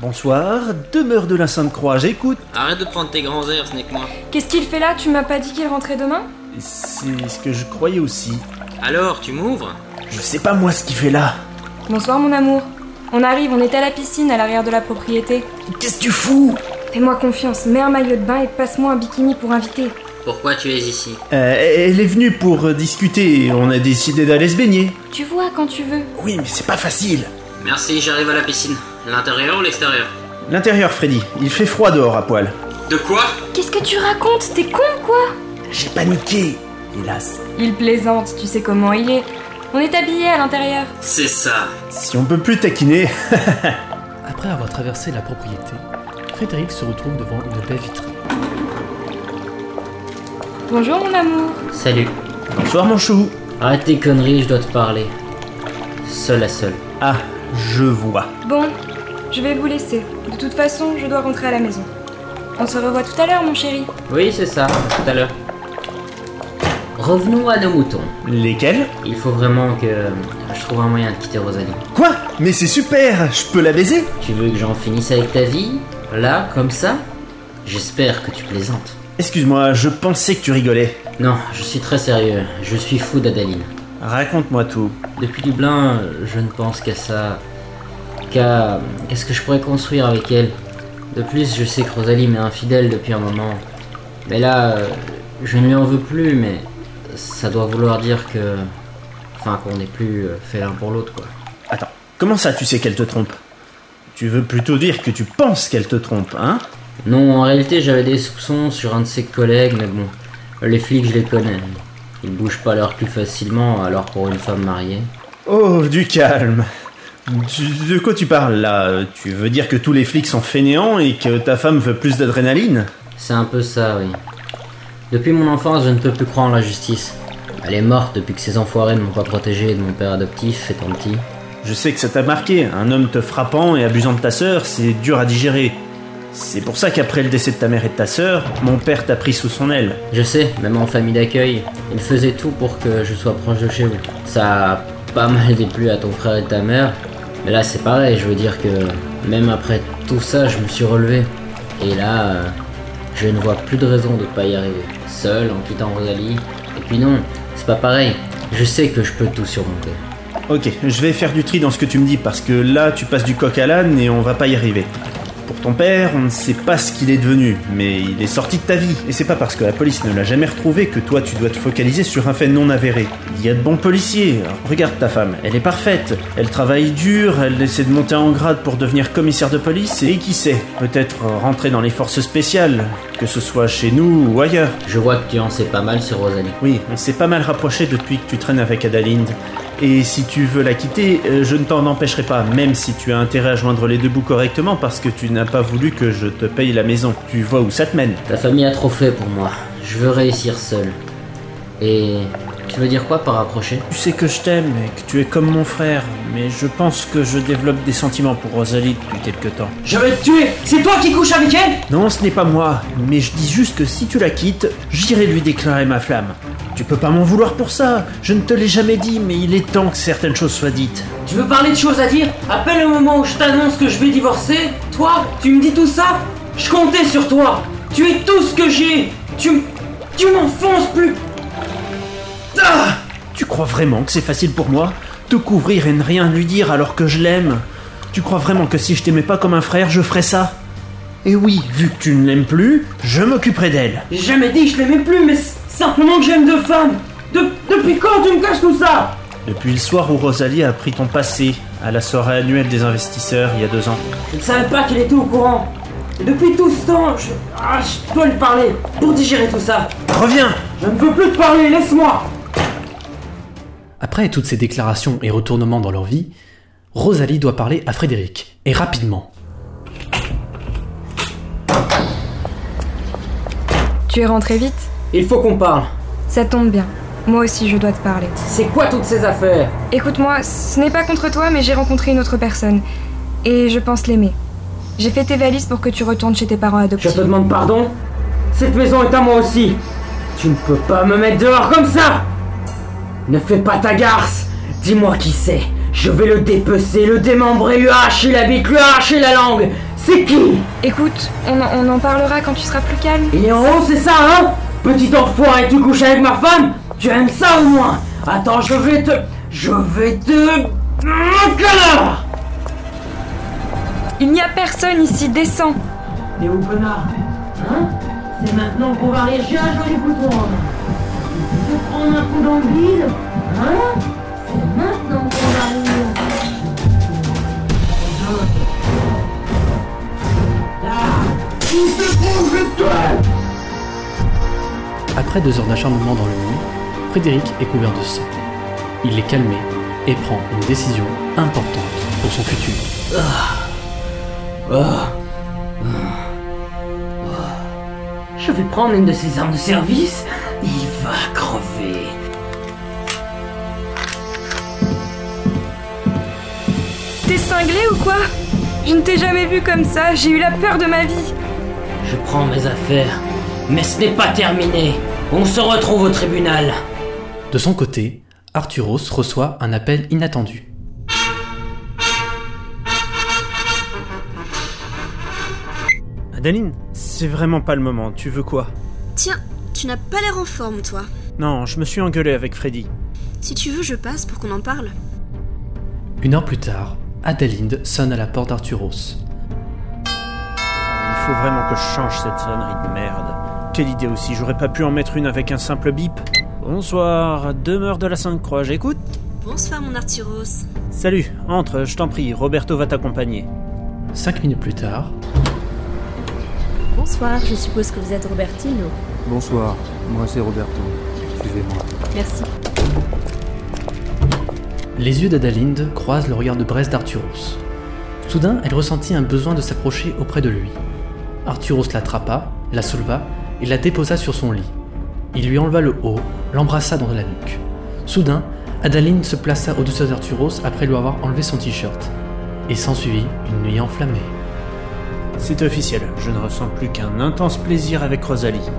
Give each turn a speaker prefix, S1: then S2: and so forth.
S1: Bonsoir, demeure de la Sainte-Croix, j'écoute.
S2: Arrête de prendre tes grands airs, ce n'est que moi.
S3: Qu'est-ce qu'il fait là Tu m'as pas dit qu'il rentrait demain
S1: C'est ce que je croyais aussi.
S2: Alors, tu m'ouvres
S1: Je sais pas moi ce qu'il fait là.
S3: Bonsoir mon amour. On arrive, on est à la piscine à l'arrière de la propriété.
S1: Qu'est-ce que tu fous
S3: Fais-moi confiance, mets un maillot de bain et passe-moi un bikini pour inviter.
S2: Pourquoi tu es ici
S1: Euh, Elle est venue pour euh, discuter, et on a décidé d'aller se baigner.
S3: Tu vois quand tu veux.
S1: Oui, mais c'est pas facile.
S2: Merci, j'arrive à la piscine. L'intérieur ou l'extérieur
S1: L'intérieur, Freddy, il fait froid dehors à poil.
S2: De quoi
S3: Qu'est-ce que tu racontes T'es con ou quoi
S1: J'ai paniqué, hélas.
S3: Il plaisante, tu sais comment il est. On est habillé à l'intérieur.
S2: C'est ça.
S1: Si on peut plus taquiner,
S4: Après avoir traversé la propriété, Frédéric se retrouve devant une baie vitrée.
S3: Bonjour mon amour.
S2: Salut.
S1: bonsoir mon chou.
S2: Arrête tes conneries, je dois te parler. Seul à seul.
S1: Ah, je vois.
S3: Bon, je vais vous laisser. De toute façon, je dois rentrer à la maison. On se revoit tout à l'heure mon chéri.
S2: Oui, c'est ça. Tout à l'heure. Revenons à nos moutons.
S1: Lesquels
S2: Il faut vraiment que euh, je trouve un moyen de quitter Rosalie.
S1: Quoi Mais c'est super, je peux la baiser
S2: Tu veux que j'en finisse avec ta vie Là, comme ça J'espère que tu plaisantes.
S1: Excuse-moi, je pensais que tu rigolais.
S2: Non, je suis très sérieux. Je suis fou d'Adaline.
S1: Raconte-moi tout.
S2: Depuis Dublin, je ne pense qu'à ça. Qu'à. Qu'est-ce que je pourrais construire avec elle De plus, je sais que Rosalie m'est infidèle depuis un moment. Mais là, euh, je ne lui en veux plus, mais ça doit vouloir dire que. Enfin, qu'on n'est plus euh, fait l'un pour l'autre, quoi.
S1: Attends, comment ça tu sais qu'elle te trompe Tu veux plutôt dire que tu penses qu'elle te trompe, hein
S2: Non, en réalité, j'avais des soupçons sur un de ses collègues, mais bon, les flics, je les connais. Ils bougent pas leur cul facilement, alors pour une femme mariée.
S1: Oh, du calme. Tu- de quoi tu parles là Tu veux dire que tous les flics sont fainéants et que ta femme veut plus d'adrénaline
S2: C'est un peu ça, oui. Depuis mon enfance, je ne peux plus croire en la justice. Elle est morte depuis que ces enfoirés ne m'ont pas protégé de mon père adoptif étant petit.
S1: Je sais que ça t'a marqué, un homme te frappant et abusant de ta sœur, c'est dur à digérer. C'est pour ça qu'après le décès de ta mère et de ta sœur, mon père t'a pris sous son aile.
S2: Je sais, même en famille d'accueil, il faisait tout pour que je sois proche de chez vous. Ça a pas mal déplu à ton frère et ta mère, mais là c'est pareil, je veux dire que même après tout ça, je me suis relevé. Et là, euh, je ne vois plus de raison de pas y arriver. Seul, en quittant Rosalie. Et puis non, c'est pas pareil. Je sais que je peux tout surmonter.
S1: Ok, je vais faire du tri dans ce que tu me dis parce que là tu passes du coq à l'âne et on va pas y arriver. Pour ton père, on ne sait pas ce qu'il est devenu, mais il est sorti de ta vie. Et c'est pas parce que la police ne l'a jamais retrouvé que toi tu dois te focaliser sur un fait non avéré. Il y a de bons policiers. Regarde ta femme, elle est parfaite. Elle travaille dur, elle essaie de monter en grade pour devenir commissaire de police et qui sait, peut-être rentrer dans les forces spéciales, que ce soit chez nous ou ailleurs.
S2: Je vois que tu en sais pas mal sur Rosalie.
S1: Oui, on s'est pas mal rapproché depuis que tu traînes avec Adalinde. Et si tu veux la quitter, euh, je ne t'en empêcherai pas, même si tu as intérêt à joindre les deux bouts correctement parce que tu n'as pas voulu que je te paye la maison. Tu vois où ça te mène.
S2: Ta famille a trop fait pour moi. Je veux réussir seul. Et tu veux dire quoi par rapprocher
S1: Tu sais que je t'aime et que tu es comme mon frère, mais je pense que je développe des sentiments pour Rosalie depuis quelque temps.
S5: Je vais te tuer C'est toi qui couches avec elle
S1: Non, ce n'est pas moi, mais je dis juste que si tu la quittes, j'irai lui déclarer ma flamme. Tu peux pas m'en vouloir pour ça, je ne te l'ai jamais dit, mais il est temps que certaines choses soient dites.
S5: Tu veux parler de choses à dire Appelle le moment où je t'annonce que je vais divorcer Toi, tu me dis tout ça Je comptais sur toi Tu es tout ce que j'ai Tu m- Tu m'enfonces plus
S1: Tu crois vraiment que c'est facile pour moi Te couvrir et ne rien lui dire alors que je l'aime Tu crois vraiment que si je t'aimais pas comme un frère, je ferais ça Et oui, vu que tu ne l'aimes plus, je m'occuperai d'elle.
S5: J'ai jamais dit que je l'aimais plus, mais c'est simplement que j'aime deux femmes De- Depuis quand tu me caches tout ça
S1: Depuis le soir où Rosalie a appris ton passé, à la soirée annuelle des investisseurs il y a deux ans.
S5: Je ne savais pas qu'elle était au courant Et depuis tout ce temps, je... Ah, je dois lui parler pour digérer tout ça
S1: Reviens
S5: Je ne veux plus te parler, laisse-moi
S4: Après toutes ces déclarations et retournements dans leur vie, Rosalie doit parler à Frédéric, et rapidement.
S3: Tu es rentré vite
S5: Il faut qu'on parle
S3: Ça tombe bien. Moi aussi je dois te parler.
S5: C'est quoi toutes ces affaires
S3: Écoute-moi, ce n'est pas contre toi, mais j'ai rencontré une autre personne. Et je pense l'aimer. J'ai fait tes valises pour que tu retournes chez tes parents
S5: Je
S3: adoptifs.
S5: te demande pardon Cette maison est à moi aussi Tu ne peux pas me mettre dehors comme ça Ne fais pas ta garce Dis-moi qui c'est Je vais le dépecer, le démembrer, lui arracher la bite, lui arracher la langue C'est qui
S3: Écoute, on, en- on en parlera quand tu seras plus calme.
S5: Il est en haut, c'est ça, hein Petit enfoiré, tu couches avec ma femme Tu aimes ça au moins Attends, je vais te... Je vais te... Mon connard
S3: Il n'y a personne ici, descends.
S5: Léo Connard, hein C'est maintenant qu'on va rire, j'ai un joli bouton en main. Je vais te prendre un coup dans le bide, hein C'est maintenant qu'on va rire. Là, où se trouve le toit
S4: Après deux heures d'acharnement dans le lit, Frédéric est couvert de sang. Il est calmé et prend une décision importante pour son futur.
S5: Je vais prendre une de ses armes de service, il va crever.
S3: T'es cinglé ou quoi Je ne t'ai jamais vu comme ça, j'ai eu la peur de ma vie.
S5: Je prends mes affaires, mais ce n'est pas terminé. On se retrouve au tribunal.
S4: De son côté, Arturos reçoit un appel inattendu.
S1: Adeline, c'est vraiment pas le moment. Tu veux quoi
S6: Tiens, tu n'as pas l'air en forme, toi.
S1: Non, je me suis engueulé avec Freddy.
S6: Si tu veux, je passe pour qu'on en parle.
S4: Une heure plus tard, Adelinde sonne à la porte d'Arturos.
S1: Il faut vraiment que je change cette sonnerie de merde. Quelle idée aussi, j'aurais pas pu en mettre une avec un simple bip. Bonsoir, demeure de la Sainte-Croix, j'écoute.
S6: Bonsoir, mon Arturos.
S1: Salut, entre, je t'en prie, Roberto va t'accompagner.
S4: Cinq minutes plus tard,
S7: Bonsoir, je suppose que vous êtes Robertino.
S8: Bonsoir, moi c'est Roberto. Suivez-moi.
S7: Merci.
S4: les yeux d'Adalinde croisent le regard de Brest d'Arturos. Soudain, elle ressentit un besoin de s'approcher auprès de lui. Arturos l'attrapa, la souleva et la déposa sur son lit. Il lui enleva le haut, l'embrassa dans la nuque. Soudain, Adalinde se plaça au-dessus d'Arturos après lui avoir enlevé son t-shirt. Et s'ensuivit une nuit enflammée.
S1: C'est officiel, je ne ressens plus qu'un intense plaisir avec Rosalie.